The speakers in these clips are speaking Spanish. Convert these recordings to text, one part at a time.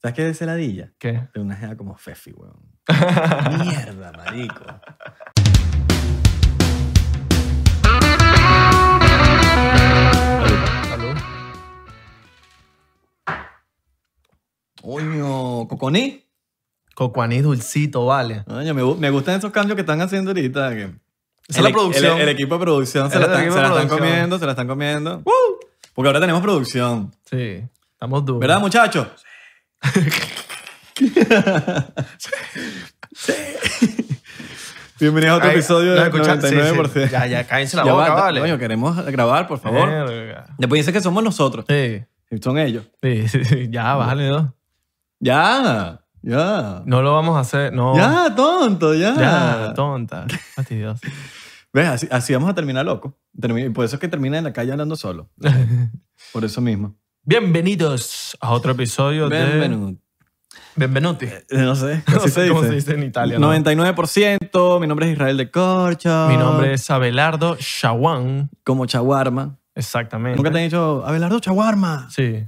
¿Sabes qué es celadilla? ¿Qué? De una jeva como Fefi, weón. Mierda, marico. Salud. Coño, Coconí. Cocuaní dulcito, vale. Coño, me, gu- me gustan esos cambios que están haciendo ahorita. que Esa es el la e- producción. El, el equipo de producción se Es la, el están, equipo se de la están producción. comiendo, se la están comiendo. ¡Uh! Porque ahora tenemos producción. Sí, estamos duros. ¿Verdad, muchachos? Bienvenidos a otro Ay, episodio ¿la de escuchan? Sí, sí. 99%. Ya, ya, cállense la Ya boca, va, vale. Coño, queremos grabar, por favor. Verga. Después dice que somos nosotros. Sí, Y Son ellos. sí, sí, sí, ya, vale, ¿no? Ya, ya. No lo vamos a hacer, no. Ya, tonto, ya. Ya, tonta. Fastidioso. ¿Ves? Así, así vamos a terminar loco. Termi- por eso es que termina en la calle hablando solo. Por eso mismo. Bienvenidos a otro episodio Bienvenido. de... Benvenuti. No sé, Eh, No así sé cómo se dice en Italia, ¿no? 99%. Mi nombre es Israel de Corcho. Mi nombre es Abelardo Shawan. Como Chaguarma. Exactamente. Nunca te han dicho, Abelardo Chaguarma. Sí.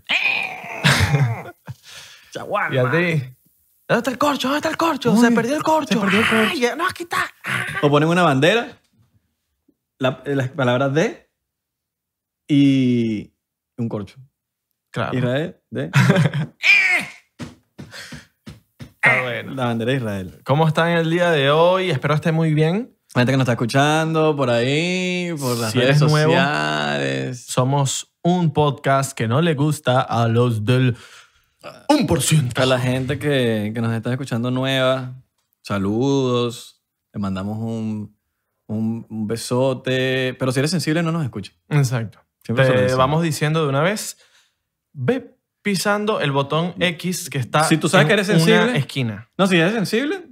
Chaguarma. ¿Y a ti? ¿Dónde está el corcho? ¿Dónde está el corcho? Ah, Uy, se perdió el corcho. se perdió el corcho. Ay, no, aquí está. O ponen una bandera, la- eh, las palabras de y un corcho. Claro. Israel, de. Está bueno. La bandera de Israel. ¿Cómo están el día de hoy? Espero esté muy bien. Gente que nos está escuchando por ahí, por las Si redes eres nuevo. sociales. Somos un podcast que no le gusta a los del 1%. Para la gente que, que nos está escuchando nueva, saludos. Le mandamos un, un, un besote. Pero si eres sensible, no nos escuches. Exacto. Siempre se lo Te decimos. vamos diciendo de una vez. Ve pisando el botón X que está Si tú sabes en que eres una sensible. esquina. No, si eres sensible,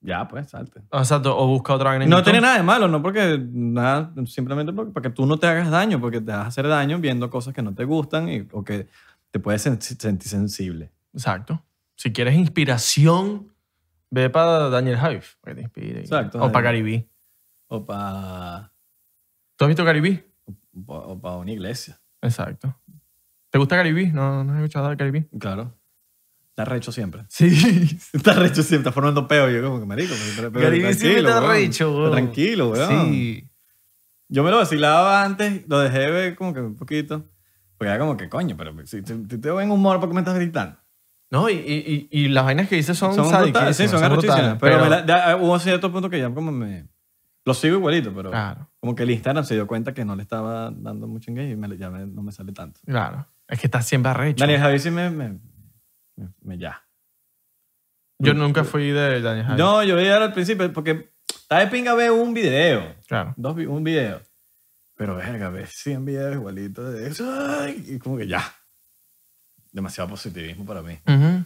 ya, pues, salte. Exacto. O busca otra vaina en No YouTube. tiene nada de malo, no porque nada, simplemente porque, para que tú no te hagas daño, porque te vas a hacer daño viendo cosas que no te gustan y, o que te puedes sen- sentir sensible. Exacto. Si quieres inspiración, ve para Daniel Hive. Para que te inspire. Exacto, O para Daniel. Caribí. O para ¿Tú has visto Caribí? o pa una iglesia, Exacto. ¿Te gusta Caribí? ¿No, no has escuchado de Caribí? claro. Está recho siempre. Sí. Está recho siempre, está formando peo. Yo como que marico. pero- pero Gary Busey me está weón. recho, weón. Tranquilo, weón. Sí. Yo me lo vacilaba antes, lo dejé ver como que un poquito. Porque era como que, coño, pero si te, te, te veo en humor, ¿por qué me estás gritando? No, y, y, y- y las vainas que dices son, son brutales, sádicas. sí, son brutales, arrechísimas. Pero, me la- ya, eh, hubo cierto punto que ya como me... Lo sigo igualito, pero Claro, como que el Instagram se dio cuenta que no le estaba dando mucho engage y me, le- ya me- no me sale tanto. claro. Es que estás siempre arrecho. Daniel Javier sí me... me, me- me ya. Yo nunca fui de Daniel Javier. No, yo veía al principio porque está de pinga ver un video, Claro. dos, vi- un video. Pero verga, ver 100 videos igualitos de eso ay, y como que ya. Demasiado positivismo para mí. Ujú.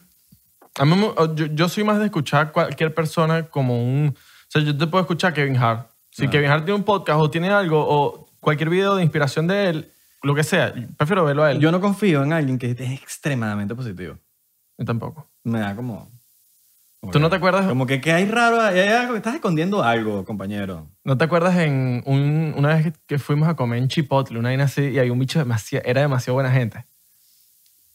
A mí me- oh, yo, yo soy más de escuchar cualquier persona como un... O sea, yo te puedo escuchar Kevin Hart. Si Ah. Kevin Hart tiene un podcast o tiene algo o cualquier video de inspiración de él, lo que sea, yo prefiero verlo a él. Yo, Yo no confío en alguien que es extremadamente positivo. tampoco. Me da como... como ¿Tú que- no te acuerdas, Como que, que hay raro, hay algo, estás escondiendo algo, compañero. no te acuerdas en un- una vez que fuimos a comer en Chipotle, una vaina así, y hay un bicho demasiado, era demasiado buena gente.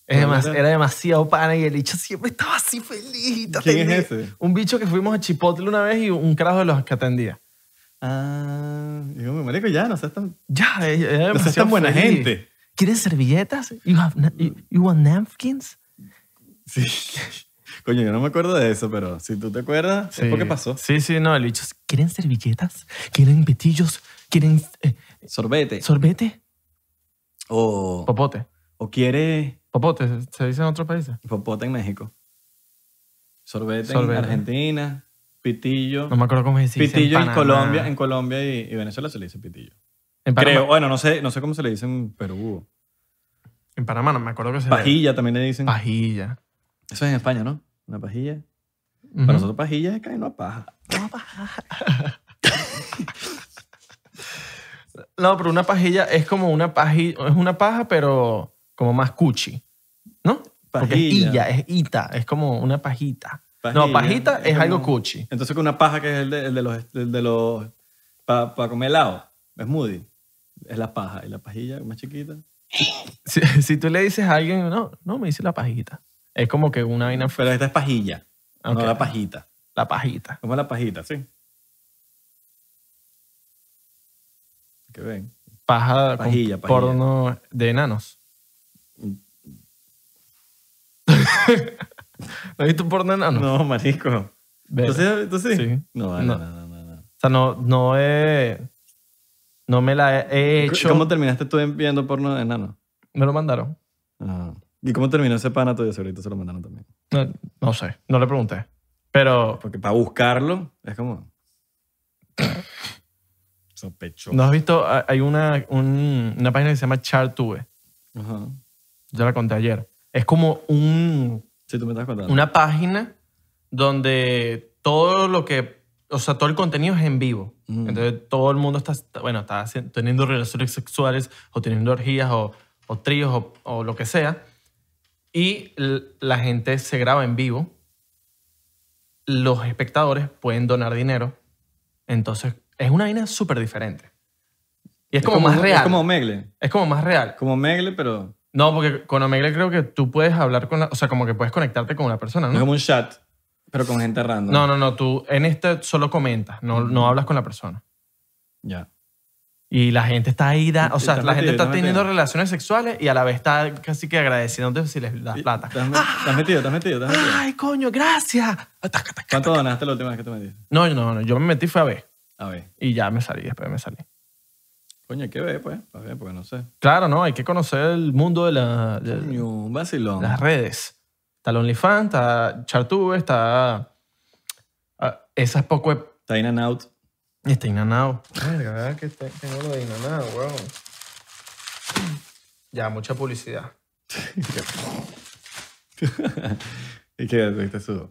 Es ¿Cuál demas- era? era demasiado pana y el bicho siempre estaba así feliz. y te ¿Quién es atendía. ese? Un bicho que fuimos a Chipotle una vez y un carajo de los que atendía. Ah, digo, mi marico, ya, no seas tan, Ya, era no seas demasiado tan buena feliz. gente. ¿Quieres servilletas? You, have na- you, you want napkins? Sí. Coño, yo no me acuerdo de eso, pero si tú te acuerdas, es porque pasó. Sí, sí, no, el bicho. ¿Quieren servilletas? ¿Quieren petillos? ¿Quieren eh, Sorbete. sorbete? O, Popote. o quiere Popote, se- se dice en otros países. popote en México. Sorbete, Sorbete. en Argentina. Pitillo. No me acuerdo cómo se dice. pitillo en, Panamá. Colombia. En Colombia y, y Venezuela se le dice pitillo. En Panamá. Creo, bueno, no sé, no sé cómo se le dice en Perú. En Panamá no me acuerdo que se le- Pajilla también le dicen. Pajilla. Eso es en España, ¿no? Una pajilla. Ujú. Para nosotros pajilla es caer no a paja. No, pero una pajilla es como una pajilla, es una paja, pero como más cuchi. ¿No? Porque es Pajilla. illa, es ita, es como una pajita. No, Pajilla, pajita es es, como- algo cuchi. Entonces, con una paja que es el de, el de los. el de los para comer helado, es Moody. Es la paja. Y la pajilla más chiquita. Si, si tú le dices a alguien, no, no, me dice la pajita. Es como que una vaina fue Pero esta es pajilla, Ok. no la pajita. la pajita. ¿Cómo es la pajita? Sí. Qué bien. Paja con Pajilla, pajilla. porno de enanos. ¿No has visto porno de enanos? No, marisco. Verga. Entonces, entonces Sí. No, vale, no, No. no, no, no. O sea, no, no he- No me la he hecho. ¿Cómo terminaste tú viendo porno de enano? Me lo mandaron. Ah. ¿Y cómo terminó ese pana tuyo? Segurito se lo mandaron también. No, no sé, no le pregunté. Pero, Porque para buscarlo es como... Sospechoso. ¿no has visto? Ha- Hay una, un- una página que se llama Chartube. Ajá. Yo la conté ayer. Es como un, Sí, tú me estás contando. una página donde todo lo que... O sea, todo el contenido es en vivo. Mm. Entonces todo el mundo está, bueno, está haciendo- teniendo relaciones sexuales o teniendo orgías o, o tríos o, o lo que sea. Y l- la gente se graba en vivo. Los espectadores pueden donar dinero. Entonces es una vaina súper diferente. Y es, como, más real. Es como Megle. más real. Como Megle, pero... No, porque con Omegle creo que tú puedes hablar con la... O sea, como que puedes conectarte con una persona, No es ¿no? como un chat, pero con gente random. No, no, no. Tú en este solo comentas. No, no hablas con la persona. Ya. Y la gente está ahí, da- o sea, Estás la gente metido, está estás teniendo metido. relaciones sexuales y a la vez está casi que agradeciéndote si les das plata. ¿Estás, me- estás metido? ¿Estás metido? ¿Estás metido? ¡Ay, coño, gracias! Ataca, ataca. ¿Cuánto donaste la última vez que te metiste? No, no, no, yo me metí fue a ver A ver. y ya me salí, después me salí. Coño, ¿qué ve, pues? A ver, porque no sé. Claro, no, hay que conocer el mundo de, la- de Coño, un vacilón. las redes. Está el OnlyFans, está Chartube, está... ah, esas poco... de- Está in and out. y Está Inanao. Verga, ¿verdad que te- tengo lo de Inanao, weón? Ya, mucha publicidad. ¿Y qué tuviste su?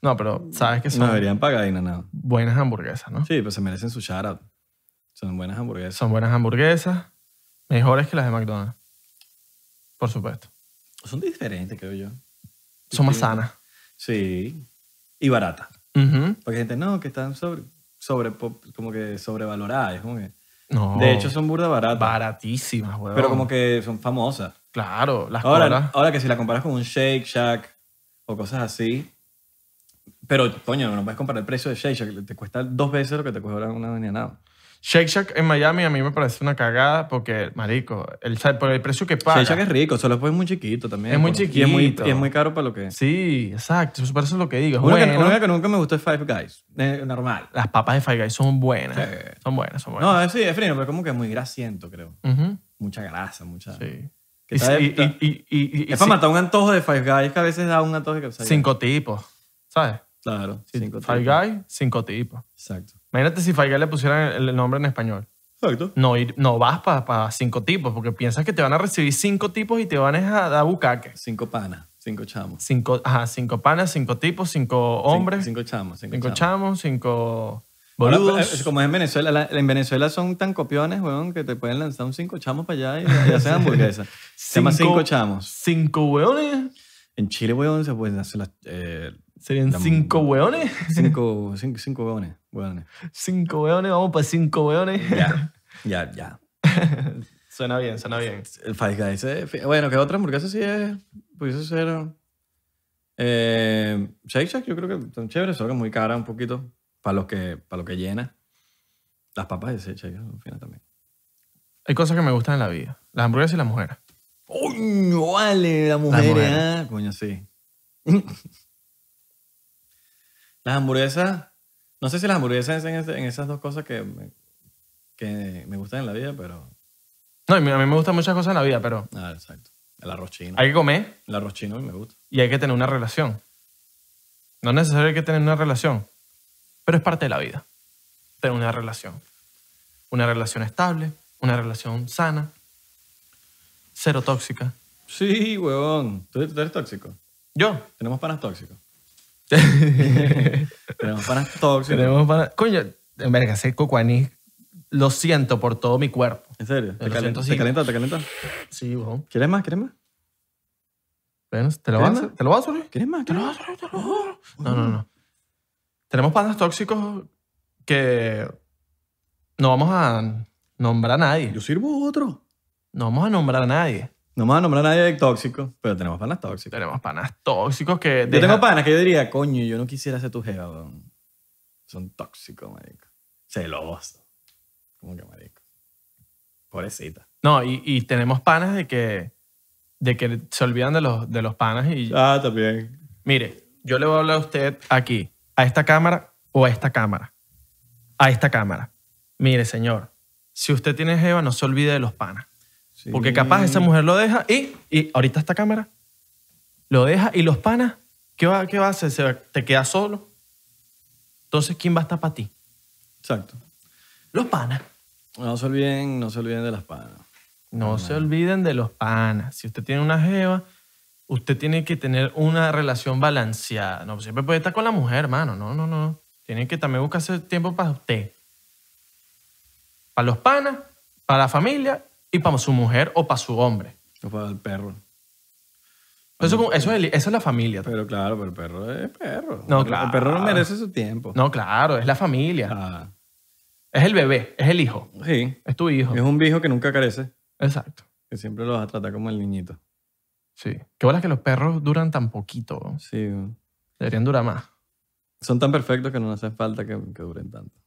No, pero sabes que No son deberían pagar in and out. buenas hamburguesas, ¿no? Sí, pues se merecen su shout out. Son buenas hamburguesas. Son buenas hamburguesas, mejores que las de McDonald's. Por supuesto. Son diferentes, creo yo. Son más Sí. sanas. Sí. Y baratas. Ujú. Porque hay gente, no, que están sobre, sobre como que sobrevaloradas. es como que- No. De hecho, son burda baratas. baratísimas, weón. pero como que son famosas. Claro, las Ahora, ah. colas. ahora que si la comparas con un Shake Shack o cosas así, pero coño, no puedes comparar el precio de Shake Shack, te cuesta dos veces lo que te cuesta una banana. Shake Shack en Miami a mí me parece una cagada porque, marico, el, por el precio que paga. Shake Shack es rico, solo que es muy chiquito también. Es muy por- Y es muy, chiquito. y es muy caro para lo que es. Sí, exacto. Eso eso es lo que digo. Es Una, que, bueno. una que nunca me gustó es Five Guys, eh, normal. Las papas de Five Guys son buenas. Sí. Son buenas, son buenas. No, eh, sí, es frío, pero como que es muy grasiento, creo. Ujú, Mucha grasa, mucha... Sí. Que Y, está de- y- y- y- y- y- y- Es para matar un antojo de Five Guys, que a veces da un antojo que... cinco tipos, ¿sabes? Claro, cinco. Five tipos. Guys, cinco tipos. Exacto. Imagínate si Five Guys le pusieran el, el nombre en español. Exacto. No, ir- no vas para cinco tipos, porque piensas que te van a recibir cinco tipos y te van es a dar bucaques. Cinco panas, cinco chamos. Cinco, ajá, cinco panas, cinco tipos, cinco hombres, cinco, Cinco chamos, cinco, chamos. chamos, cinco Ahora, boludos. eh, como es en Venezuela, la- en Venezuela son tan copiones, weón, que te pueden lanzar un cinco chamos para allá y, y hacen hamburguesas. Se llama cinco chamos. Cinco hueones. En Chile, weón, se pueden hacer las, eh, Serían Dam- cinco hueones. cinco, cinco, cinco weones, weones. Cinco hueones, vamos para cinco hueones. Ya, ya, ya. suena bien, suena bien. El Five Guys, eh, fi- bueno, que otra hamburguesa sí es, pudiese ser eh, Shake Shack, yo creo que son chéveres, solo que muy cara un poquito para lo que, para lo que llena. Las papas de Shake Shack, al final también. Hay cosas que me gustan en la vida. Las hamburguesas y las mujeres. ¡Coño, vale! Las mujeres, mujeres. ¿ah? Coño, sí. las hamburguesas... No sé si las hamburguesas en, en esas dos cosas que me, que me gustan en la vida, pero... No, y a mí me gustan muchas cosas en la vida, pero Ah, exacto. El arroz chino. hay que comer El arroz chino a mí me gusta. y hay que tener una relación. No es necesario hay que tener una relación, pero es parte de la vida. Tener una relación. Una relación estable, una relación sana, cero tóxica. Sí, huevón. ¿Tú, tú eres tóxico. Yo. Tenemos panas tóxicos. Tenemos panas tóxicos. Tenemos para... Coño, en verga, ese coco anís, lo siento por todo mi cuerpo. ¿En serio? ¿Te Lo siento, calienta, sí. ¿Te calienta? ¿Te calienta? Sí, weón. ¿Quieres más? ¿Quieres más? Bueno, ¿te lo vas ¿Crema? a, ¿te lo vas a subir? ¿Quieres más? Te ¿Quieres lo más? vas a subir, te lo vas a subir. No, no, no. Tenemos panas tóxicos que no vamos a nombrar a nadie. Yo sirvo otro. No vamos a nombrar a nadie. No me vas a nombrar a nadie de tóxico, pero tenemos panas tóxicos. Tenemos panas tóxicos que... Yo dejan- tengo panas que yo diría, coño, yo no quisiera ser tu jeva, weón. Son tóxicos, marico. Celosos. ¿Cómo que, marico? Pobrecita. No, y, y tenemos panas de que, de que se olvidan de los, de los panas y... Ah, también. Mire, yo le voy a hablar a usted aquí, a esta cámara o a esta cámara. A esta cámara. Mire, señor, si usted tiene jeva, no se olvide de los panas. Sí. Porque capaz esa mujer lo deja y, y ahorita esta cámara lo deja y los panas, ¿qué va, qué va a hacer? ¿Se va- ¿Te quedas solo? Entonces, ¿quién va a estar para ti? Exacto. Los panas. No se olviden, no se olviden de las panas. No se olviden de los panas. Si usted tiene una jeva, usted tiene que tener una relación balanceada. No siempre puede estar con la mujer, hermano. No, no, no. Tiene que también buscarse tiempo para usted. Para los panas, para la familia y para su mujer o para su hombre. No para el perro. Mm. Eso, eso, es, eso es la familia. Pero claro, pero el perro es perro. No, El- claro. El perro no merece su tiempo. No, claro, es la familia. Ah, Es el bebé, es el hijo, sí. es tu hijo. Es un viejo que nunca carece, Exacto. que siempre lo vas a tratar como el niñito. Sí. Qué bola que los perros duran tan poquito. ¿no? Sí. weón. Deberían durar más. Son tan perfectos que no hace falta que, que duren tanto.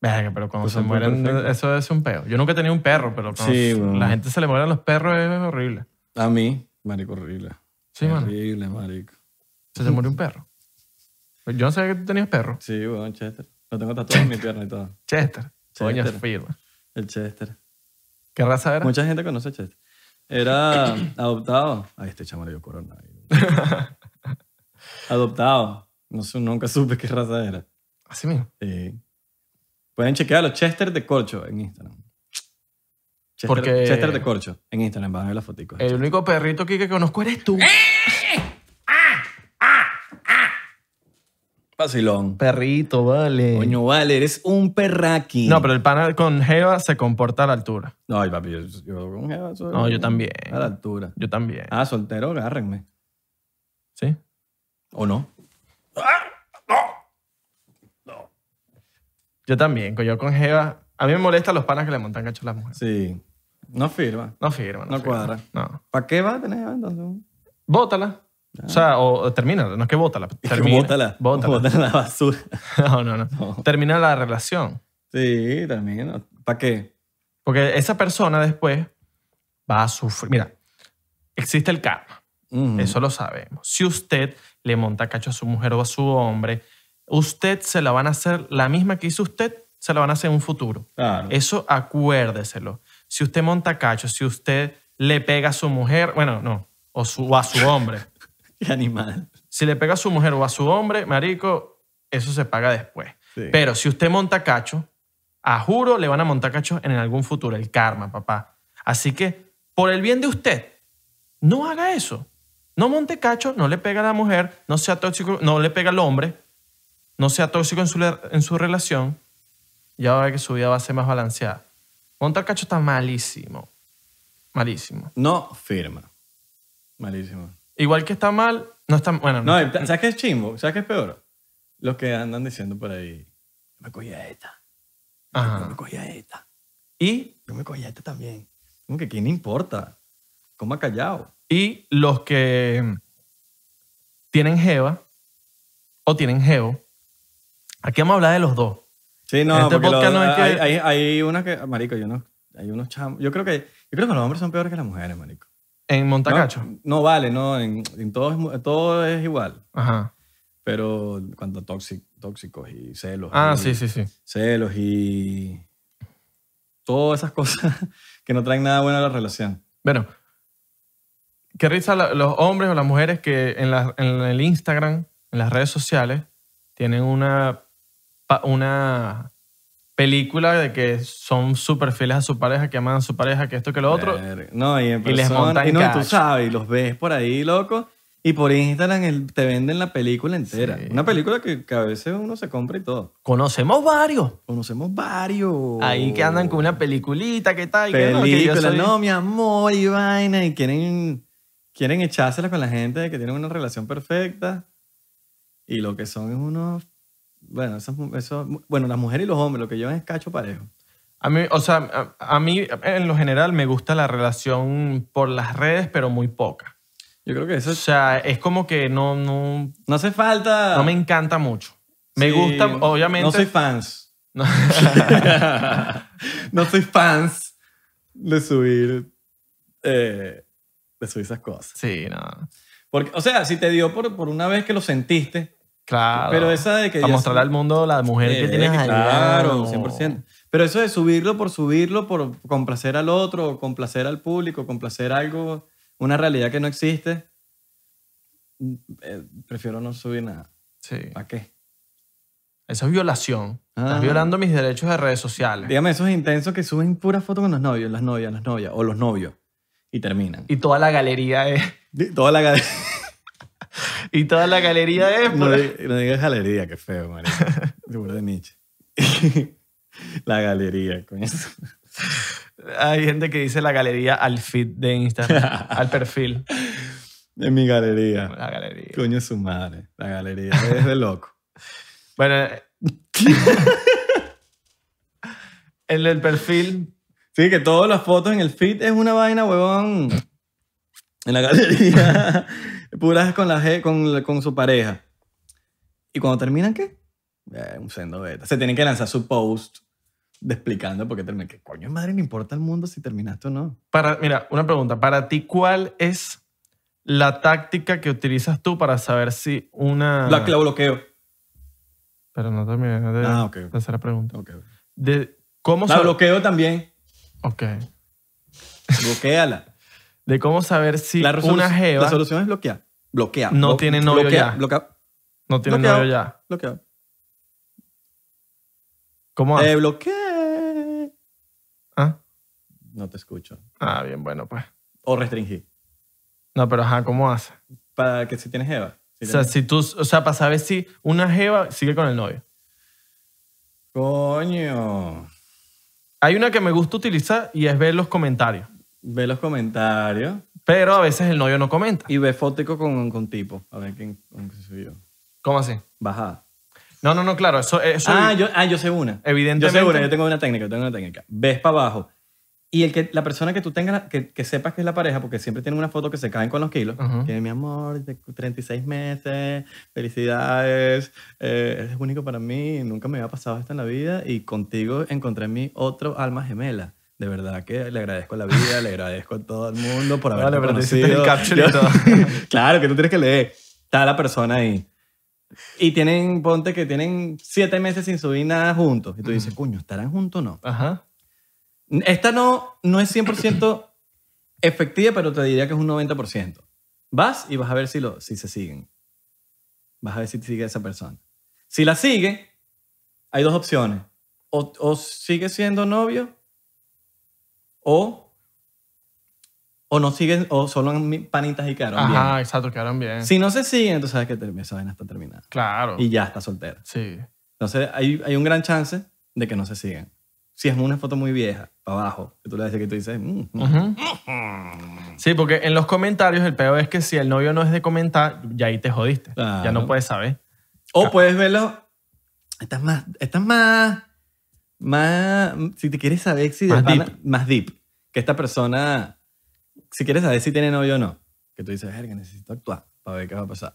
Verga, pero cuando Pues se son mueren, perfectos. eso es un peo. Yo nunca he tenido un perro, pero cuando Sí, se- weón. la gente se le mueren los perros es horrible. A mí, marico, horrible. Sí, mano. Horrible, marico. Se te murió un perro. Pues Yo no sabía que tú tenías perro. Sí, weón, Chester. Lo tengo tatuado en mi pierna y todo. Chester. Coño, Chester. firma. El Chester. ¿Qué raza era? Mucha gente conoce a Chester. Era adoptado. Ay, este chamo le dio coronavirus. adoptado. No sé, nunca supe qué raza era. Así mismo. Sí. Pueden chequear los Chester de Corcho en Instagram. Chester, Porque- Chester de Corcho en Instagram, van a ver las fotos. El único perrito aquí que conozco eres tú. Eh. Vacilón. Perrito, vale. Coño, vale, eres un perraqui. No, pero el pana con Jeva se comporta a la altura. No, ay, papi, yo, yo con jeva soy- No, yo también. A la altura. Yo también. Ah, soltero, agárrenme. ¿Sí? ¿O no? Yo también. coño, Yo con Jeva. A mí me molestan los panas que le montan cacho a las mujeres. Sí. No firma. No firma. No, No firma. cuadra. No. ¿Para qué va a tener jeva entonces? Bótala. O sea, o, o termínala. No es que bótala. Termina. Bótala. Bótala. Bótala a la basura. No, no, no, No. Termina la relación. Sí, también. ¿Para qué? Porque esa persona después va a sufrir. Mira, existe el karma. Ujú. Eso lo sabemos. Si usted le monta cacho a su mujer o a su hombre, usted se la van a hacer la misma que hizo usted, se la van a hacer en un futuro. Claro. Eso acuérdeselo. Si usted monta cacho, si usted le pega a su mujer, bueno, no, o, su, o a su hombre. Qué animal. Si le pega a su mujer o a su hombre, marico, eso se paga después. Sí. Pero si usted monta cacho, a juro le van a montar cacho en algún futuro, el karma, papá. Así que, por el bien de usted, no haga eso. No monte cacho, no le pega a la mujer, no sea tóxico, no le pega al hombre, no sea tóxico en su, le- en su relación. Ya va a ver que su vida va a ser más balanceada. Montar cacho está malísimo. Malísimo. No firma. Malísimo. Igual que está mal, no está... Bueno, No, y ta- ¿sabes qué es chimbo? ¿Sabes qué es peor? Los que andan diciendo por ahí, yo me cogí a esta, yo Ajá. me cogí a esta, Y yo me cogí a esta también. Como que, ¿quién le importa? Coma callado. Y los que tienen jeva o tienen geo, aquí vamos a hablar de los dos. Sí, no, En este porque podcast los- no es que- hay, hay, hay unas que, marico, hay unos, hay unos chamos. Yo creo, que, yo creo que los hombres son peores que las mujeres, marico. En No, Montacacho. no vale, no, en, en todo, es, mu- todo es igual. Ajá. Pero cuando tóxi- tóxicos y celos. Ah, y- sí, sí, sí. celos y todas esas cosas que no traen nada bueno a la relación. Bueno, qué risa la- los hombres o las mujeres que en, la- en el Instagram, en las redes sociales, tienen una, pa- una película de que son súper fieles a su pareja, que aman a su pareja, que esto, que lo otro. Verga. No, y en Y les persona- montan y no, tú cacho. sabes, y los ves por ahí, loco, y por Instagram el- te venden la película entera. Sí. Una película que, que a veces uno se compra y todo. Conocemos varios. Conocemos varios. Ahí que andan con una peliculita, ¿qué tal? que no, que Oh. yo película, soy- no, mi amor, y vaina, y quieren, quieren echársela con la gente de que tienen una relación perfecta. Y lo que son es unos. Bueno, esas mu- esos- bueno, las mujeres y los hombres, lo que llevan es cacho parejo. A mí, o sea, a, a mí en lo general me gusta la relación por las redes, pero muy poca. Yo creo que eso O sea, es como que no, no, no hace falta. no me encanta mucho. Me Ah. Sí, gusta, obviamente. No soy fans. No. no soy fans de subir. eh, de subir esas cosas. Sí, no. Porque, o sea, si te dio por, por una vez que lo sentiste, Claro. Pero esa de que Para ya- mostrarle al mundo la mujer que Eh, tienes al Claro, lado. 100%. Pero eso de subirlo por subirlo, por complacer al otro, complacer al público, complacer algo, una realidad que no existe, eh, prefiero no subir nada. Sí. ¿Para qué? Eso es violación. Ah. Estás violando mis derechos de redes sociales. Dígame, esos intensos que suben puras fotos con los novios, las novias, las novias, o los novios, y terminan. Y toda la galería es. Di- Toda la galería. Y toda la galería es. No, por- di- no digas galería, qué feo, María. Seguro de Nietzsche. la galería, coño. Hay gente que dice la galería al feed de Instagram, al perfil. En mi galería. La galería. Coño su madre, la galería es de loco. Bueno, en el perfil. Sí, que todas las fotos en el feed es una vaina, huevón. En la galería, puras con, la, je- con, la- con su pareja. ¿Y cuando terminan qué? Eh, un sendo beta. Se tienen que lanzar su post de explicando por qué terminan. ¿Qué coño de madre le importa al mundo si terminaste o no? Para, mira, una pregunta. Para ti, ¿cuál es la táctica que utilizas tú para saber si una. La, la bloqueo. Pero no terminé de Ah, ok. de hacer la pregunta. ok. De cómo La saber. bloqueo también. Ok. Bloqueala. De cómo saber si La, resolu- una la jeva solución es bloquear. Bloquea. No Blo- tiene novio bloquea, ya. Bloquea. no tiene bloqueado. novio ya. Bloquea. ¿Cómo hace? Eh, bloqueé. ¿Ah? No te escucho. Ah, bien, bueno, pues. O restringí. No, pero ajá, ¿cómo hace? Para que si tienes Eva. o sea, si tú, o sea, para saber si una jeva sigue con el novio. Coño. Hay una que me gusta utilizar y es ver los comentarios. Ve los comentarios Pero a veces el novio no comenta. y ve fótico con, con tipo. A ver quién, con qué soy yo. ¿Cómo así? Bajada. No, no, no, claro. Eso, eso Ah yo, ah, yo sé una. Yo evidentemente. sé una, yo tengo una técnica, yo tengo una técnica. Ves para abajo. Y el que, la persona que tú tengas, que, que sepas que es la pareja, porque siempre tienen una foto que se caen con los kilos, Ajá. que mi amor, de 36 meses, felicidades, eh, eres único para mí, nunca me había pasado esto en la vida y contigo encontré en mí otro alma gemela. De verdad que le agradezco a la vida, le agradezco a todo el mundo por haberme Vale, pero te hiciste conocido. el caption y Yo- todo. claro, que tú tienes que leer. Está la persona ahí. Y tienen, ponte que tienen siete meses sin subir nada juntos. Y tú dices, coño, ¿estarán juntos o no? Ajá. Esta no, no es 100% efectiva, pero te diría que es un 90%. Vas y vas a ver si, lo, si se siguen. Vas a ver si te sigue esa persona. Si la sigue, hay dos opciones. O, o sigue siendo novio o, o no siguen, o solo panitas y quedaron Ajá, bien. exacto, quedaron bien. Si no se siguen, tú sabes que term- esa vaina está terminada. Claro. Y ya está soltera. Sí. Entonces hay, hay un gran chance de que no se sigan. Si es una foto muy vieja, para abajo, que tú le dices que tú dices, "Mm, mm". Ujú. Sí, porque en los comentarios el peor es que si el novio no es de comentar, ya ahí te jodiste. Ya Claro. no puedes saber. Ah. o puedes verlo, estás más, estás más, más, si te quieres saber si de Más pana- deep. más deep, que esta persona, si quieres saber si tiene novio o no, que tú dices, verga, necesito actuar para ver qué va a pasar.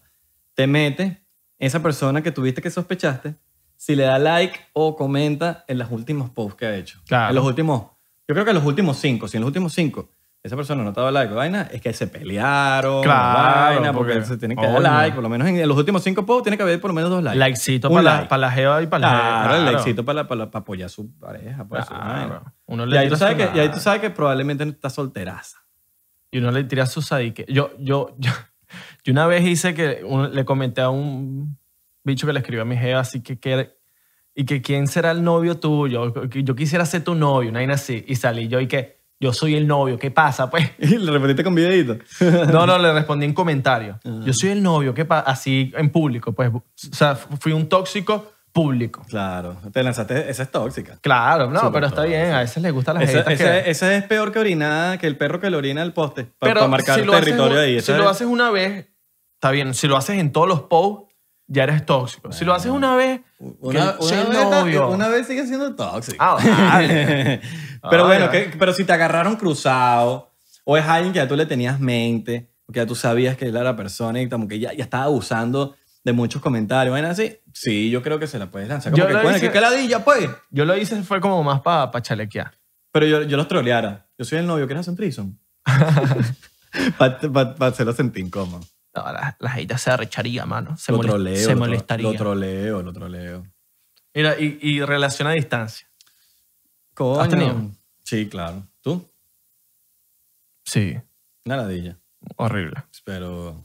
Te metes, esa persona que tuviste que sospechaste, si le da like o comenta en los últimos posts que ha hecho. Claro. En los últimos, yo creo que en los últimos cinco, si en los últimos cinco esa persona no te daba like, vaina, es que se pelearon, Claro, vaina, porque, porque- se tiene que Coño. dar like, por lo menos en, en los últimos cinco posts tiene que haber por lo menos dos likes. Likecito Un para la, like. pa' la jeva y para la Claro, el jeva. Pues, likecito para, para, para apoyar a su pareja. Para su vaina. Claro. Uno y, ahí tú tira sabes su que, y ahí tú like. sabes que probablemente no está solteraza. Y uno le tira sus adiques. Yo, yo, yo, yo una vez hice que uno- le comenté a un bicho que le escribió a mi jefa, así que, que- y que quién será el novio tuyo, que yo quisiera ser tu novio, una vaina así. Y salí yo y que yo soy el novio, ¿qué pasa? Pues Y le repetiste con videito. no, no, le respondí en comentario. Ajá. Yo soy el novio, ¿qué pasa? Así en público, pues, o sea, fui un tóxico público. claro, te lanzaste, esa es tóxica. Claro, no, Súper pero está tóxico. bien, a veces les gusta las Esa, jetas esa- que- esa es peor que orinar, que el perro que le orina al poste. Para, Pero marcar si lo haces territorio un- ahí. Si Esa lo es- haces una vez, está bien. Si lo haces en todos los posts, ya eres tóxico. si lo haces una vez, Una, que una sea vez, ta- novio. una vez sigue siendo tóxico. Ah, vale. pero Ah, bueno, ya. que- pero si te agarraron cruzado, o es alguien que ya tú le tenías mente, o que ya tú sabías que él era la persona y como que ya, ya estaba abusando de muchos comentarios, bueno, así, sí, yo creo que se la puedes lanzar. Como Yo que, lo bueno, hice- que caladilla, pues. Yo lo hice fue como más para chalequear. Pero yo, yo los troleara. Yo soy el novio, ¿quieres hacer un threesome? Para hacerlo sentir incómodo. No, la, la gente se arrecharía, mano. Se, lo molest- troleo. se lo tro- molestaría. Lo troleo, lo troleo. Mira, y, y relación a distancia. Coño. ¿Has tenido? Sí, claro. ¿Tú? Sí, Una ladilla. horrible. Pero...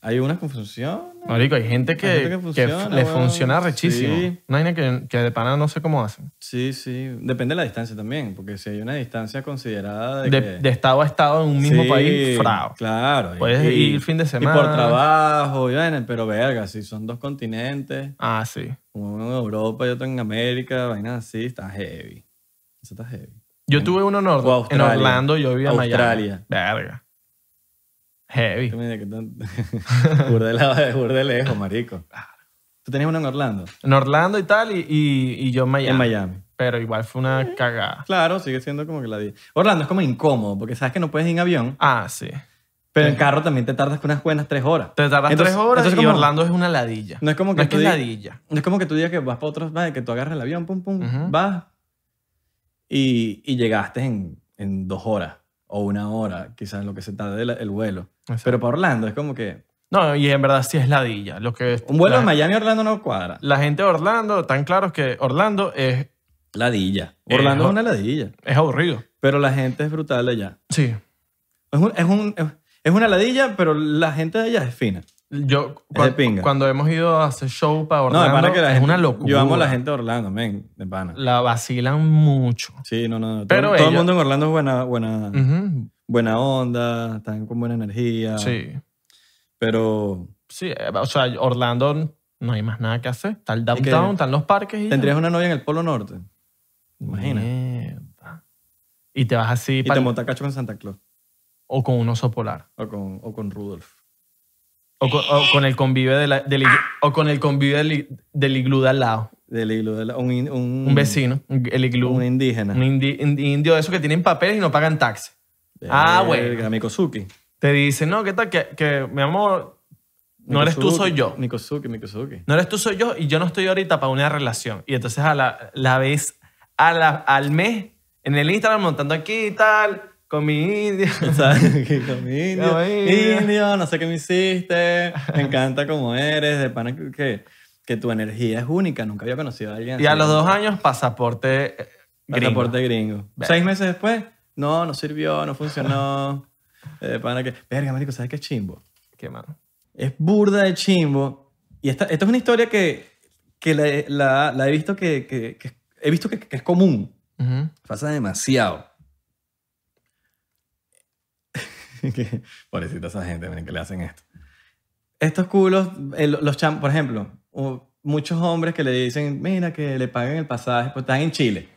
Hay una confusión. Marico, hay gente que, Hay gente que que funciona, f- le weón. funciona rechísimo. Sí. Una vaina que, que de pana no sé cómo hacen. Sí, sí. Depende de la distancia también, porque si hay una distancia considerada de, De, que- de estado a estado en un mismo Sí, país, frao. Claro. y- Puedes y- ir fin de Y por semana. trabajo, y vaina, pero verga, si son dos continentes, Ah, sí. uno en Europa y otro en América, vainas así, está heavy. Eso está heavy. Yo tuve uno en, Or- O en Australia. Orlando, yo vivía en Miami. Australia. Verga. Heavy. Mira que tan- Burda de la- burda de lejos, marico. ¿Tú tenías uno en Orlando? En Orlando y tal, y, y- y yo en Miami. En Miami. Pero igual fue una cagada. Claro, sigue siendo como que la di. Orlando es como incómodo, porque sabes que no puedes ir en avión, Ah, sí. pero en carro también te tardas unas buenas tres horas. Te tardas Entonces- tres horas entonces y como- Orlando es una ladilla. No es como que tú es digas- ladilla. No es como que tú digas que vas para otros vas, que tú agarras el avión, pum, pum, Ujú. vas y, y llegaste en, en dos horas o una hora, quizás lo que se tarde el, el vuelo. Exacto. Pero para Orlando es como que No, y en verdad sí es ladilla. Lo que un vuelo la, de Miami a Orlando no cuadra. la gente de Orlando, tan claro que Orlando es, Ladilla. Eh, Orlando jo- es una ladilla, es aburrido. pero la gente es brutal allá. Sí. Es, un- es, un- es una ladilla, pero la gente de allá es fina. Yo, Es de cua- pinga. cuando hemos ido a hacer show para No, de Orlando, pana que la es gente- una locura. Yo amo a la gente de Orlando, men, de pana. La vacilan mucho. Sí, no, no, no. Pero todo, todo el ella- mundo en Orlando es buena, buena, Ujú. buena onda, están con buena energía. Sí. Pero Sí, eh, o sea, Orlando no hay más nada que hacer. Está el que- downtown, están los parques. Y tendrías una novia en el Polo Norte. Imagina. Mierda. Y te vas así Y pa'l- te monta cacho con Santa Claus o con un oso polar. o con, o con Rudolf. O con, o con el convive de la, del ig- o con el convive del, ig- del iglú de al lado. Del iglú, de la- un, in- un, Un vecino, un- el iglú. Mm. Un Un, indígena. indi- in- indio de esos que tienen papeles y no pagan taxi. Ah, bueno. Mikosuki. Te dicen, no, ¿qué tal? Que, que mi amor, no eres tú, soy yo. Mikosuki, Mikosuki. No eres tú, soy yo y yo no estoy ahorita para una relación. Y entonces a la, la vez, a la, al mes, en el Instagram montando aquí y tal, con mi indio. ¿Sabes? Que con mi indio, Como indio. indio, no sé qué me hiciste, me encanta cómo eres, de pana que- que, que tu energía es única, nunca había conocido a alguien Y a así. los dos años, pasaporte eh, gringo. Pasaporte gringo. Verga. Seis meses después, no, no sirvió, no funcionó. Eh, pana que, verga, marico, ¿sabes qué chimbo? Qué mano. Es burda de chimbo. Y esta, esta es una historia que, que la, la- la he visto que, que- que- he visto que, que es común. Ujú. Pasa demasiado. Que- Pobrecita esa gente, miren que le hacen esto. Estos culos, eh, lo- los cham, por ejemplo, o muchos hombres que le dicen, mira, que le paguen el pasaje, pues están en Chile.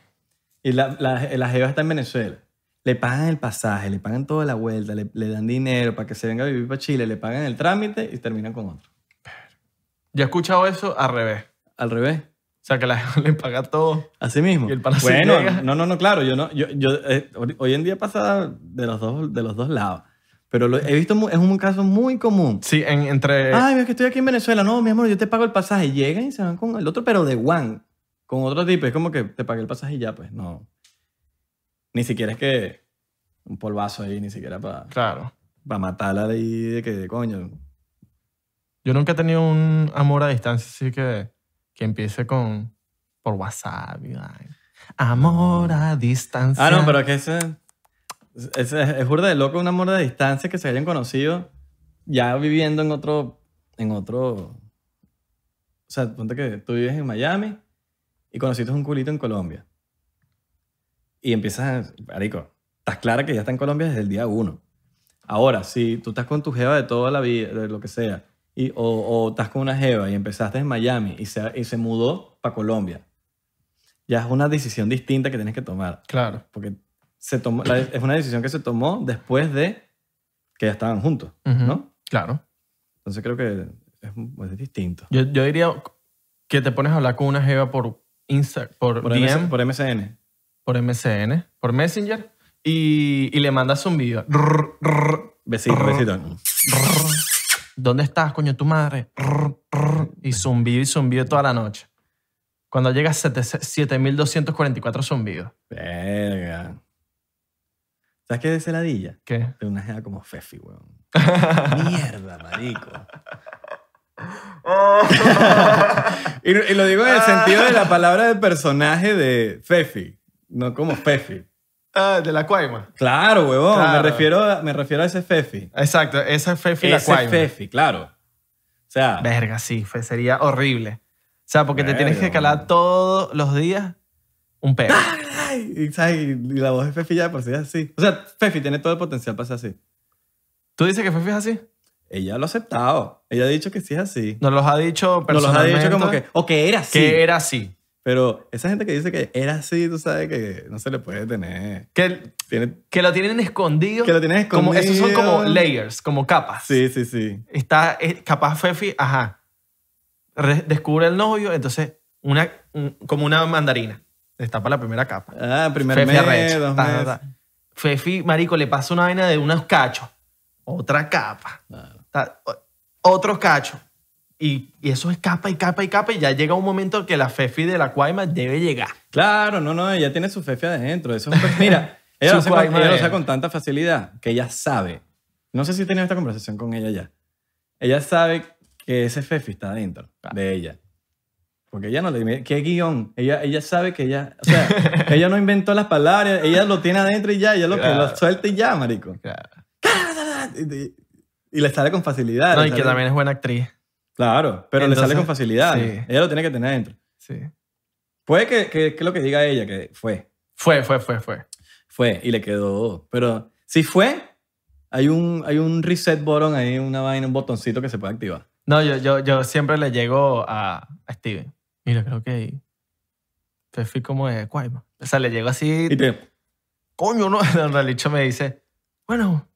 Y la, la, la jeva está en Venezuela. Le pagan el pasaje, le pagan toda la vuelta, le, le dan dinero para que se venga a vivir para Chile, le pagan el trámite y terminan con otro. Yo he escuchado eso al revés. Al revés. O sea, que la gente le paga todo. Así mismo. Y el pana se bueno, niega. no, no, no, claro, yo no, yo, yo, eh, hoy- hoy en día pasa de los dos, de los dos lados, pero lo, he visto, mu- es un caso muy común. Sí, en- entre... Ay, es que estoy aquí en Venezuela, no, mi amor, yo te pago el pasaje, llegan y se van con el otro, pero de one, con otro tipo, es como que te pagué el pasaje y ya, pues, no. Ni siquiera es que un polvazo ahí, ni siquiera para Claro. matarla de ahí, de que, coño, Yo nunca he tenido un amor a distancia, así que que empiece con... Por WhatsApp. y vaina. Amor a distancia. Ah, no, pero que ese, ese- es burda de loco un amor de distancia que se hayan conocido ya viviendo en otro, en otro, o sea, ponte que tú vives en Miami y conociste un culito en Colombia y empiezas, a- marico, estás clara que ya está en Colombia desde el día uno. Ahora, si tú estás con tu jeva de toda la vida, de lo que sea, y, o, o estás con una jeva y empezaste en Miami y se, y se mudó para Colombia, ya es una decisión distinta que tienes que tomar Claro. porque se tomó, la- es una decisión que se tomó después de que ya estaban juntos, Ujú. ¿no? Claro. Entonces creo que es es, es distinto. Yo, yo diría que te pones a hablar con una jeva por Insta, por, Por, DM, MS por MSN. por MSN, por Messenger y, y le mandas un video. Besito, besito. ¿Dónde estás, coño, tu madre? Y zumbido y zumbido toda la noche. Cuando llegas 7244 zumbidos. Verga. ¿Sabes qué es heladilla? ¿Qué? De una jeva como Fefi, weón. Mierda, marico. Y, y lo digo en el sentido de la palabra de personaje de Fefi, no como Fefi. Ah, de la Cuaima. Claro, huevón. Claro. Me, refiero a, me refiero a ese Fefi. Exacto, esa fue la Ese Cuaima. Fefi, claro. O sea, Verga, sí, fue- sería horrible. O sea, porque te tienes que Verga, calar man. todos los días un pedo. ay, y, ¿sabes? y la voz de Fefi ya de por sí es así. O sea, Fefi tiene todo el potencial para ser así. ¿Tú dices que Fefi es así? Ella lo ha aceptado. Ella ha dicho que sí es así. Nos los ha dicho Nos los ha personalmente. dicho como que, o que era así. que era así. Pero esa gente que dice que era así, tú sabes que no se le puede tener. Que, Tiene, que lo tienen escondido. que lo tienes escondido. Como, esos son como layers, como capas. Sí, sí, sí. Está eh, capaz Fefi, ajá. Re- descubre el novio, entonces una, un- como una mandarina. Destapa la primera capa. Ah, primer Fefi mes, arrecha, dos ta, ta, meses. ta. Fefi, marico, le pasa una vaina de unos cachos. Otra capa. Claro. ta, o- Otros cachos. Y, y eso es capa y capa y capa. Y ya llega un momento que la Fefi de la Cuaima debe llegar. Claro, no, no, ella tiene su fefi adentro. Eso es un- mira, ella, Su lo hace con, cuaima ella lo de- hace con tanta facilidad que ella sabe. No sé si he tenido esta conversación con ella ya. Ella sabe que ese fefi está adentro de ella. Porque ella no le... ¿Qué guión? Ella, ella sabe que ella... O sea, ella no inventó las palabras. Ella lo tiene adentro y ya. Ella lo, que Claro. lo suelta y ya, marico. Ah, Y, y- y le sale con facilidad. No, le y que sale- también es buena actriz. Claro, pero le Entonces, sale con facilidad. sí. Ella lo tiene que tener adentro. Sí. Puede que, que, que lo que diga ella, que fue. Fue, fue, fue, fue. Fue y le quedó. Pero si fue, hay un, hay un reset button ahí, una vaina, un botoncito que se puede activar. No, yo, yo, yo siempre le llego a, a Steven. Mira, creo que Fefi como de Cuaima. O sea, le llego así, Y te, coño, ¿no? En realidad me dice, bueno,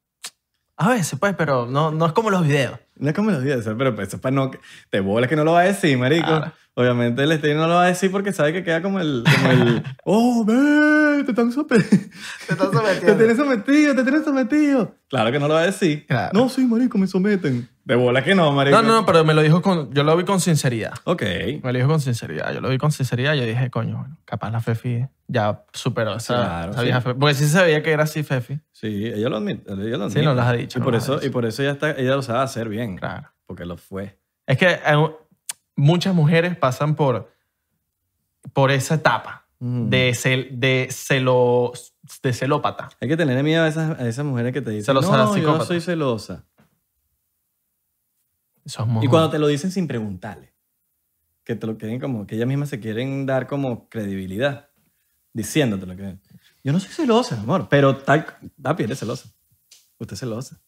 a veces pues, pero no, no es como los videos. no es como los días, pero pues, eso es para no. Te bolas que no lo va a decir, marico. Claro. Obviamente el Steve no lo va a decir porque sabe que queda como el. Como el oh, ve, te están sometido. Te estás Te tienes sometido, te tienes sometido. Claro que no lo va a decir. Claro. No, sí, marico, me someten. De bolas que no, marico. No, no, no, pero me lo dijo con, yo lo vi con sinceridad. Ok. Me lo dijo con sinceridad, yo lo vi con sinceridad y yo dije, coño, bueno, capaz la Fefi ya superó esa, Claro, esa sí. vieja Fefi. Porque sí sabía que era así Fefi. Sí, ella lo admite. Ella lo Sí, nos admite. las ha dicho, Y por, nos las ha eso, y dicho. por eso ella, está, ella lo sabe hacer bien. Claro. Porque lo fue. Es que eh, muchas mujeres pasan por, por esa etapa Mm. de, cel- de, celo, de celópata. Hay que tener miedo a esas, a esas mujeres que te dicen, Celosa, no, yo psicópata". no soy celosa. Eso es muy- Y cuando te lo dicen sin preguntarle, que te lo quieren como, que ellas mismas se quieren dar como credibilidad, diciéndote lo que... Yo no soy celosa, amor, pero tal, papi, eres celosa. Usted es celosa.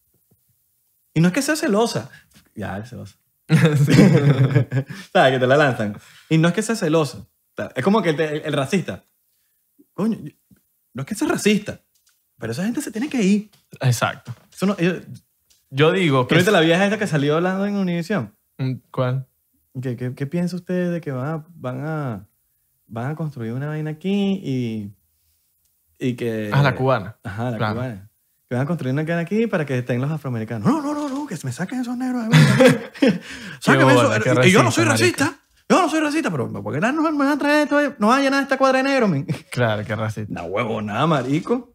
Y no es que sea celosa. Ya, eres celosa. ¿Sabes? Que te la lanzan. Y no es que sea celosa. Es como que el, el- el racista. Coño, yo- no es que sea racista, pero esa gente se tiene que ir. Exacto. Eso no, ellos- Yo Pero digo que... ahorita la vieja esta que salió hablando en Univision. Mm, ¿Cuál? ¿Qué, qué, qué piensa usted de que van a, van a, van a construir una vaina aquí y, y que... Ah, la cubana. Ajá, la Claro. cubana. Que van a construir una vaina aquí para que estén los afroamericanos. No, no, no, no, que me saquen esos negros. de aquí. Sáquenme bola, esos- qué y yo no soy racista, racista. Yo no soy racista, pero ¿por qué no nos van a traer esto? Nos van a llenar esta cuadra de negros, men. Claro, qué racista. No, huevo, nada, marico.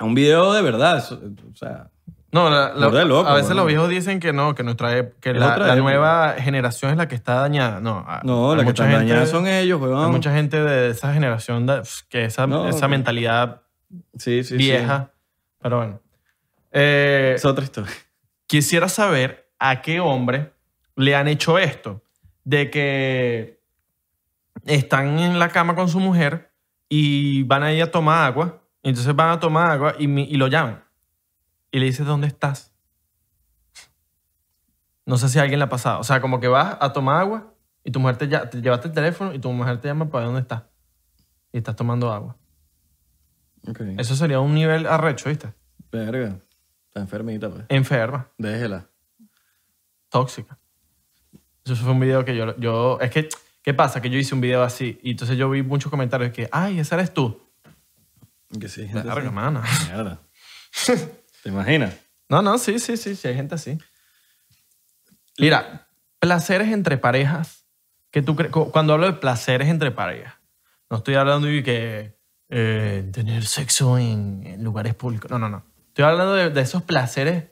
Un video de verdad. eso- o sea, No, la- la- Burda de loco, a veces bueno. los viejos dicen que no, que, nuestra, ep- que Es la, otra la época. nueva generación es la que está dañada. No, a- no, hay la que mucha están gente- dañadas son ellos, Hay huevón. mucha gente de esa generación da- que esa, No, esa no. mentalidad Sí, sí, sí. vieja. Pero bueno. Eh, Es otra historia. Quisiera saber a qué hombre le han hecho esto. De que están en la cama con su mujer y van a ir a tomar agua. y Entonces van a tomar agua y, mi- y lo llaman. Y le dices, ¿dónde estás? No sé si a alguien le ha pasado. O sea, como que vas a tomar agua y tu mujer te, ll- te llevaste el teléfono y tu mujer te llama para ver dónde estás. Y estás tomando agua. Ok. Eso sería un nivel arrecho, ¿viste? Verga. Está enfermita, pues. Enferma, Déjela. tóxica. Eso fue un video que yo, yo... Es que, ¿qué pasa? Que yo hice un video así y entonces yo vi muchos comentarios que, ay, esa eres tú. Que sí. gente Claro, así. hermana. Mierda. ¿Te imaginas? No, no, sí, sí, sí, sí, hay gente así. Mira, placeres entre parejas. Que tú cre- cu- Cuando hablo de placeres entre parejas, no estoy hablando de que eh, tener sexo en, en lugares públicos. No, no, no. Estoy hablando de, de esos placeres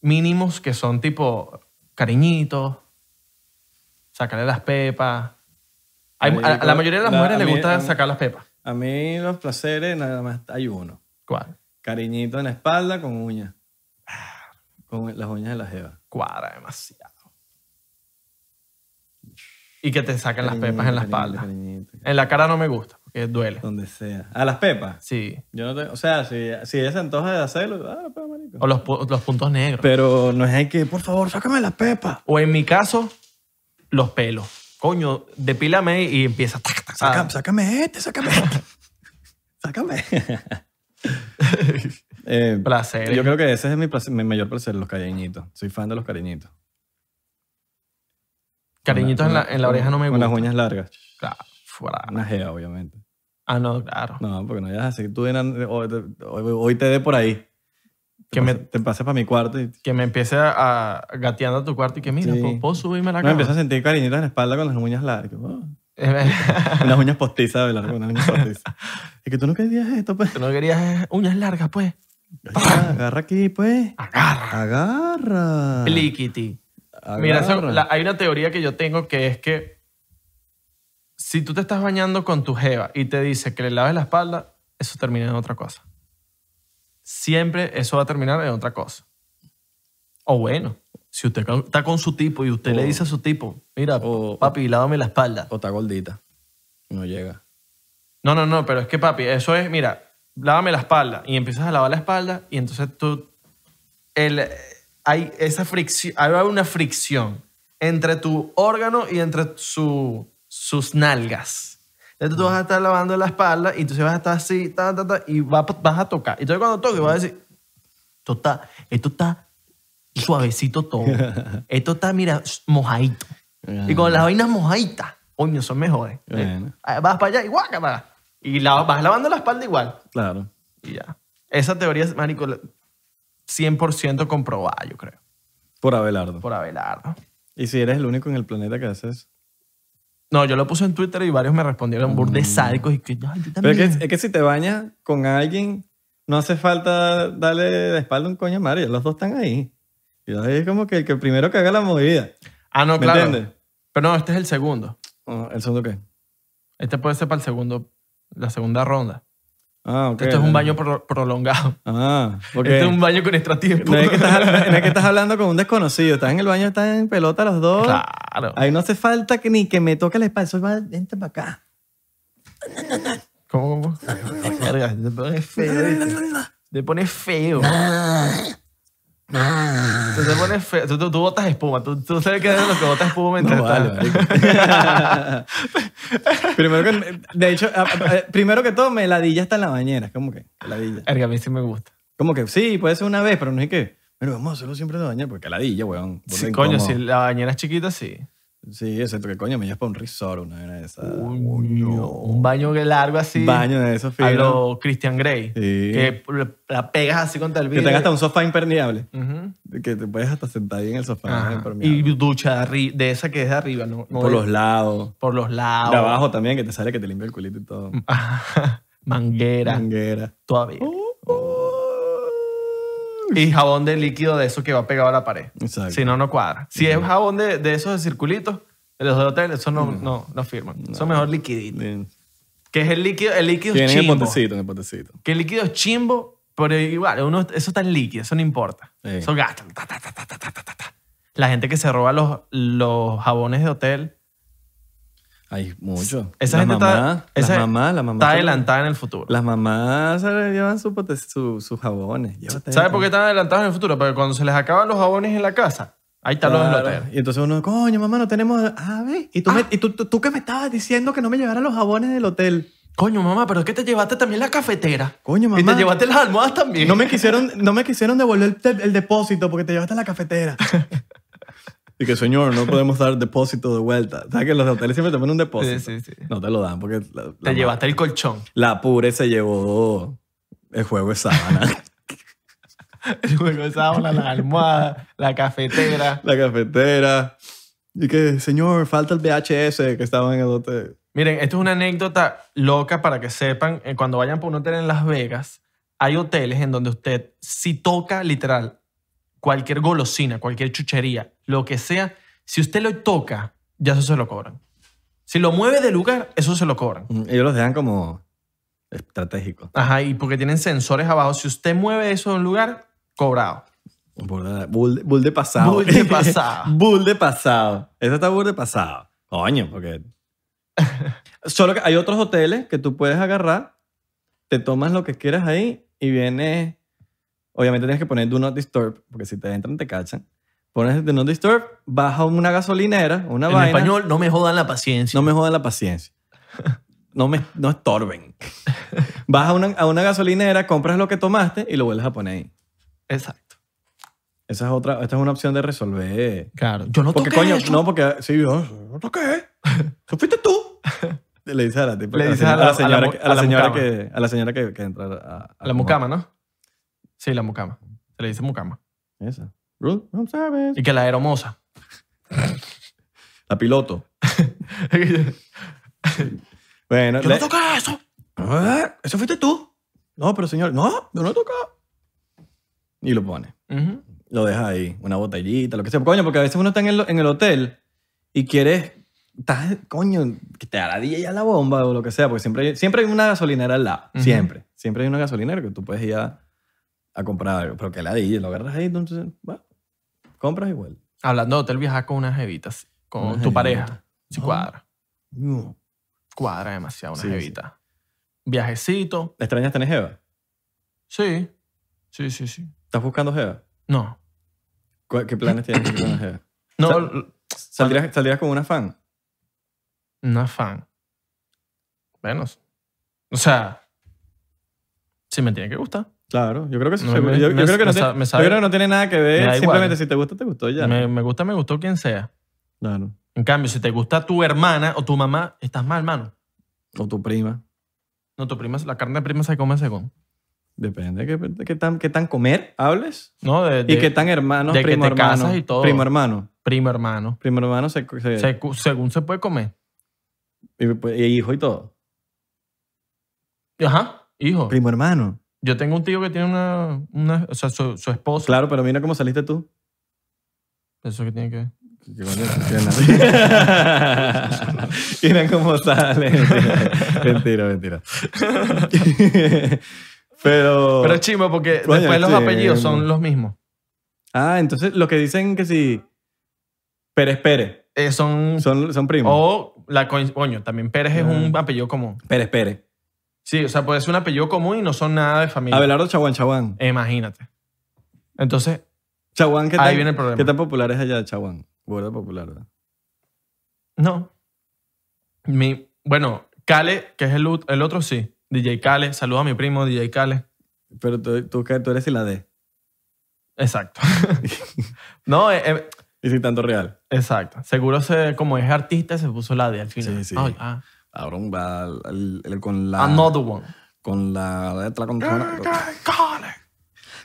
mínimos que son tipo cariñitos, sacarle las pepas. Hay- a, a la mayoría de las La- mujeres a les mí- gusta a mí- sacar las pepas. A mí los placeres nada más hay uno. ¿Cuál? Cariñito en la espalda con uñas. Con las uñas de la jeva. cuadra demasiado. Y que te sacan las pepas en la Cariñito, espalda. cariñito, cariñito. En la cara no me gusta, porque duele. Donde sea. A las pepas. Sí. Yo no te- o sea, si, si ella se antoja de hacerlo, ah, pero marico. O los, pu- los puntos negros. Pero no es hay que, por favor, sácame las pepas. o en mi caso, los pelos. Coño, depílame y empieza. tac, tac, Saca- tac. Sácame este, sácame este. sácame. Eh, Placer. yo creo que ese es mi, placer- mi mayor placer, los cariñitos. Soy fan de los cariñitos. Cariñitos en la, en la oreja no me Con gusta. las uñas largas. Claro, fuera. Una jea, obviamente. Ah, no, claro. No, porque no ya así. Tú de- hoy, te- hoy- hoy te dé por ahí. Te, Que me- pase- te pases para mi cuarto y Que me empiece a, a gateando a tu cuarto y que mira, Sí. ¿puedo, puedo subirme a la no, cama. empiezo a sentir cariñitos en la espalda con las uñas largas. Oh, Unas uñas postizas, de verdad, con unas uñas postizas. Es que tú no querías esto, pues. Tú no querías uñas largas, pues. Agarra, agarra aquí, pues. Agarra. Agarra. Pliquiti. Agarra. Mira, eso- la- hay una teoría que yo tengo que es que si tú te estás bañando con tu jeva y te dice que le laves la espalda, eso termina en otra cosa. Siempre eso va a terminar en otra cosa. O bueno, si usted con- está con su tipo y usted le O- dice a su tipo, mira, o- papi, lávame la espalda. O está gordita. No llega. No, no, no, pero es que papi, eso es, mira, lávame la espalda y empiezas a lavar la espalda y entonces tú, el, hay esa fricción, hay una fricción entre tu órgano y entre su, sus nalgas. Entonces tú vas a estar lavando la espalda y entonces vas a estar así, ta, ta, ta, y va- vas a tocar. Entonces cuando toques vas a decir, esto está, esto está suavecito todo. Esto está, mira, mojadito. Y con las vainas mojaditas, coño, son mejores. Bueno. Ah, Vas para allá y guácala. Y la, vas lavando la espalda igual. Claro. Y ya. Esa teoría es, marico, la- 100% comprobada, yo creo, Por Abelardo. por Abelardo. Y si eres el único en el planeta que hace eso. No, yo lo puse en Twitter y varios me respondieron burde sádicos y que, ay, yo Mm. Pero también. es que, es que si te bañas con alguien, no hace falta darle de espalda un coño a madre. ya Los dos están ahí. Y ahí es como que el que primero que haga la movida. ah, no, ¿Me claro. entiendes? Pero no, este es el segundo. Oh, ¿El segundo qué? Este puede ser para el segundo, la segunda ronda. Ah, ok. Esto es un baño pro- prolongado. Ah, porque Este es un baño administrativo. no, es que estás, no es que estás hablando con un desconocido. Estás en el baño, estás en pelota los dos. Claro. Ahí no hace falta que ni que me toque el espalda. Eso va, vente para acá. ¿Cómo, cómo? Verga, te pones feo. ¿viste? Te pones feo. Ah. Tú te pones feo. Tú, tú- tú botas espuma. Tú, tú sabes que eres lo que botas espuma mientras No vale, estás- Ah. marico. primero, que, de hecho, a- a- eh, primero que todo, me ladilla está en la bañera. Como que, ladilla. Verga, a mí sí me gusta. Como que, sí, puede ser una vez, pero no es que, pero vamos a hacerlo siempre en la bañera, porque ladilla, weón. Sí, Porque coño, incómodo. si la bañera es chiquita, sí. Sí, exacto, que coño, me llevas para un resort una vez de esas. Un baño largo así. Baño de esos A finos. lo Christian Grey. Sí. Que la pegas así contra el Que vidrio. tengas hasta un sofá impermeable. Ujú. Que te puedes hasta sentar ahí en el sofá Ajá. impermeable. Y ducha de, arri- de esa que es de arriba, ¿no? no por de- los lados. por los lados. De abajo también, que te sale que te limpia el culito y todo. Ajá. Manguera. Manguera. Todavía. Uh. Y jabón de líquido de eso que va pegado a la pared. Exacto. Si no, no cuadra. Si es jabón de, de esos de circulitos, de los de hotel, eso no, no, no firman. Eso es mejor liquidito. Bien. Que es el líquido, el líquido es Tienen el chimbo. potecito, en el potecito. Que el líquido es chimbo, pero igual, uno, eso está en líquido, eso no importa. Sí. Eso gasta. Ta, ta, ta, ta, ta, ta, ta, ta. La gente que se roba los, los jabones de hotel, Hay mucho. esa las gente mamás, está, esa- las mamás, las mamás. está se- adelantada en el futuro. Las mamás se le llevan su pote- su- sus jabones. Llévate ¿Sabes esto. por qué están adelantadas en el futuro? Porque cuando se les acaban los jabones en la casa, ahí están los del Claro. hotel. Y entonces uno, coño, mamá, no tenemos. Ah, ve. Y tú, me- y tú, tú, tú que me estabas diciendo que no me llevaran los jabones del hotel. Coño, mamá, pero es que te llevaste también la cafetera. Coño, Y mamá. te llevaste las almohadas también. No me quisieron, no me quisieron devolver el, el depósito porque te llevaste a la cafetera. Y que, señor, no podemos dar depósito de vuelta. ¿Sabes que los hoteles siempre te ponen un depósito? Sí, sí, sí. No te lo dan porque la, la Te llevaste el colchón. La pure se llevó el juego de sábana, El juego de sábana, las almohadas, la cafetera. la cafetera. Y que, señor, falta el VHS que estaba en el hotel. Miren, esto es una anécdota loca para que sepan. eh, Cuando vayan por un hotel en Las Vegas, hay hoteles en donde usted, si toca literal cualquier golosina, cualquier chuchería, lo que sea, si usted lo toca, ya eso se lo cobran. Si lo mueve de lugar, eso se lo cobran. Mm, Ellos los dejan como estratégicos. Ajá, y porque tienen sensores abajo. Si usted mueve eso de un lugar, cobrado. Bull de, bull- bull de pasado. Bull de pasado. bull de pasado. Eso está bull de pasado. Coño, porque... Solo que hay otros hoteles que tú puedes agarrar, te tomas lo que quieras ahí y viene... Obviamente tienes que poner Do Not Disturb, porque si te entran te cachan. Pones Do Not Disturb, vas a una gasolinera, una En vaina. español, no me jodan la paciencia. No me jodan la paciencia. No me no estorben. Vas a una, a una gasolinera, compras lo que tomaste y lo vuelves a poner ahí. Exacto. Esa es otra, esta es una opción de resolver. Claro. Yo no Porque toqué coño, eso. no, porque sí, yo no toqué. Eso fuiste tú. Le dices a la tipa- Le a la dices a señora- la- a la señora a la mu- que- a a la señora que a la mucama. la señora que, que entra a, a- La mucama, ¿no? Sí, la mucama. Se le dice mucama. Esa. Room- room service. Y que la aeromosa. La piloto. Bueno, Yo le- no ¿Eh? toqué eso. Ah, eso fuiste tú. No, pero señor, no, yo no he tocado. Y lo pone. Ujú. lo dejas ahí, una botellita, lo que sea. Coño, porque a veces uno está en el, en el hotel y quieres, estás, coño, que te hará ya la bomba o lo que sea, porque siempre hay, siempre hay una gasolinera al lado, Ujú. siempre. Siempre hay una gasolinera que tú puedes ir a, a comprar algo, pero que la DJ, lo agarras ahí, entonces, bueno, compras igual. Hablando de hotel, viajar con unas jevitas. Con Unas tu jevitas. pareja. Sí, Ah. cuadra. No. Cuadra demasiado una Sí, sí. jevita. Viajecito. ¿Extrañas tener Jeva? Sí. Sí, sí, sí. ¿Estás buscando Jeva? No. ¿Cu- ¿Qué planes tienes con una Jeva? No, Sal- l- ¿Saldrías, saldrías con una fan? una fan. Menos. O sea, sí me tiene que gustar. Claro, yo creo que eso No, seguro. me- yo, yo me- creo que me no tiene- sa- me yo sabe- creo que no tiene nada que ver. me da igual. Simplemente si te gusta, te gustó ya. Me, me gusta, me gustó quien sea. Claro. En cambio, si te gusta tu hermana o tu mamá, estás mal, mano. O tu prima. No, tu prima, la carne de prima se come según. Depende de qué, qué tan, qué tan comer hables No, de, y de qué tan hermano, de que primo te hermano. casas y todo. Primo hermano. primo, hermano. Primo hermano se, se- Se cu- según se puede comer. y, pues, y hijo y todo. Ajá, hijo. Primo hermano. Yo tengo un tío que tiene una. una- o sea, su, su esposa. Claro, pero mira cómo saliste tú. Eso que tiene que ver. Qué coño, qué nada. Mira cómo sale. Mentira, mentira. mentira. pero, Pero es chimo porque Coño, después los sí. apellidos son los mismos. Ah, entonces lo que dicen que si. Pérez Pérez. Eh, son. Son, son primos. o la coin- coño, también Pérez es un apellido común. Pérez Pérez. Sí, o sea, puede ser un apellido común y no son nada de familia. Abelardo Chaguán Chaguán. Imagínate. Entonces, Chaguán, ¿qué Ahí tal? viene el problema. ¿Qué tan popular es allá Chaguán? Burda popular, ¿verdad? no. Mi, bueno, Kale, que es el, ut- el otro, sí. DJ Kale, saludo a mi primo DJ Kale. Pero tú, tú, ¿qué? tú eres y la D. Exacto. no, eh, eh, Y sin tanto real. exacto. Seguro se, como es artista, se puso la D al final. Sí, sí. Ay, ah. Cabrón, va al- al- el- con la... Another one. Con la letra Ah, con... con- Kale.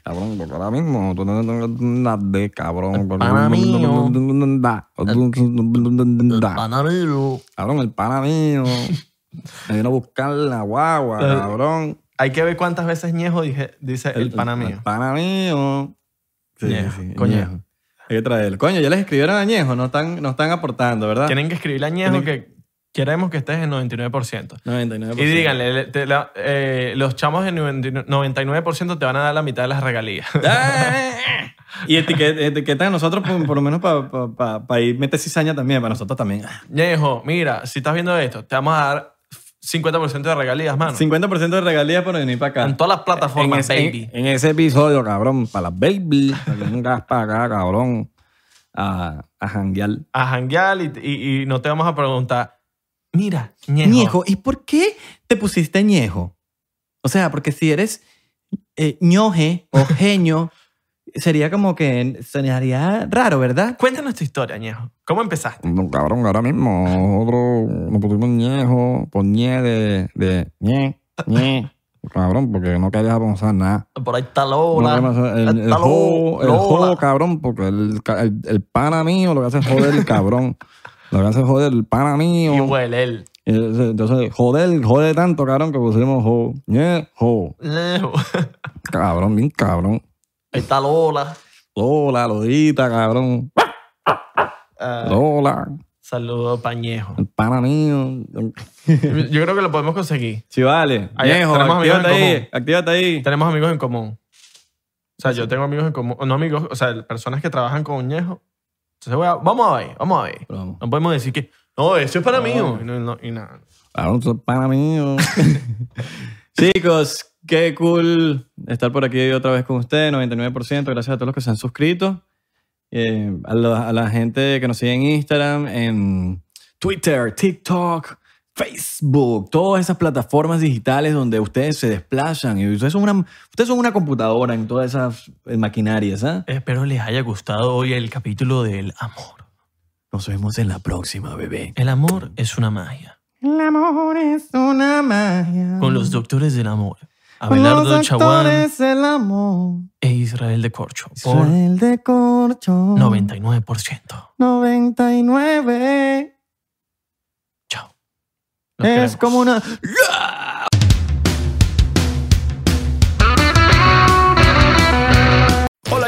Cabrón, porque ahora mismo tú no tienes la D, cabrón. pana mío. Ah. Cabrón, el pana mío. Me vino a buscar la guagua, Eh, cabrón. Hay que ver cuántas veces Ñejo dije- dice el, pana El mío. pana mío. Sí, Ñejo, sí, coño. Ñejo. Hay que traerlo. Coño, ya les escribieron a Ñejo, no están, no están aportando, ¿verdad? Tienen que escribirle a Ñejo Ah. Tienen que queremos que estés en 99%. 99%. Y díganle, le- te la- eh, los chamos en 99% te van a dar la mitad de las regalías. ¡Ah! Y etiquet- etiquetan a nosotros por, por lo menos para ir meter cizaña también, para nosotros también. Ñejo, mira, si estás viendo esto, te vamos a dar 50% de regalías, mano. 50% de regalías por venir para acá. En todas las plataformas, en, baby. en ese episodio, cabrón, para las baby, para que vengas para acá, cabrón, a, a janguear. a janguear y, y- y no te vamos a preguntar, mira, Ñejo. Ñejo, ¿y por qué te pusiste Ñejo? O sea, porque si eres eh, ñoje o genio, sería como que sonaría raro, ¿verdad? Cuéntanos tu historia, Ñejo. ¿Cómo empezaste? No, cabrón, ahora mismo nosotros nos pusimos ñejo por ñe de, de ñe, ñe. Cabrón, porque no querías avanzar nada. Por ahí está No Lola. querías avanzar- el, el Está juego, el Lola. juego, cabrón, porque el, ca- el, el pana mío lo que hace es joder el cabrón. Lo que hace es joder el pana mío. Y huele él. Y Entonces, entonces, joder, joder tanto, cabrón, que pusimos jo, ñe, jo. Ñejo. Cabrón, bien cabrón. Ahí está Lola. Lola, Lodita, cabrón. Ah, Lola, saludo pañejo. el pana mío. Yo creo que lo podemos conseguir. Sí, vale. Ahí Ñejo, tenemos amigos actívate en ahí, común. actívate ahí. Tenemos amigos en común. O sea, yo tengo amigos en común. o No amigos, o sea, personas que trabajan con Ñejo. Entonces, voy a- vamos a ver, vamos a ver. Pero vamos. No podemos decir que, no, eso es para mí. No. Y, no- no- y nada. Cabrón, eso es pana mío. Chicos, qué cool estar por aquí otra vez con ustedes, 99%. Gracias a todos los que se han suscrito. Eh, a, la, a la gente que nos sigue en Instagram, en Twitter, TikTok, Facebook, todas esas plataformas digitales donde ustedes se desplazan. Y ustedes son una, ustedes son una computadora en todas esas eh, maquinarias. ¿ah? Espero les haya gustado hoy el capítulo del amor. Nos vemos en la próxima, bebé. El amor es una magia. El amor es una magia. Con los doctores del amor. Abelardo Chaguán el amor. e Israel de Corcho. Por de corcho. 99%. 99. Chao. Nos queremos. una... Hola,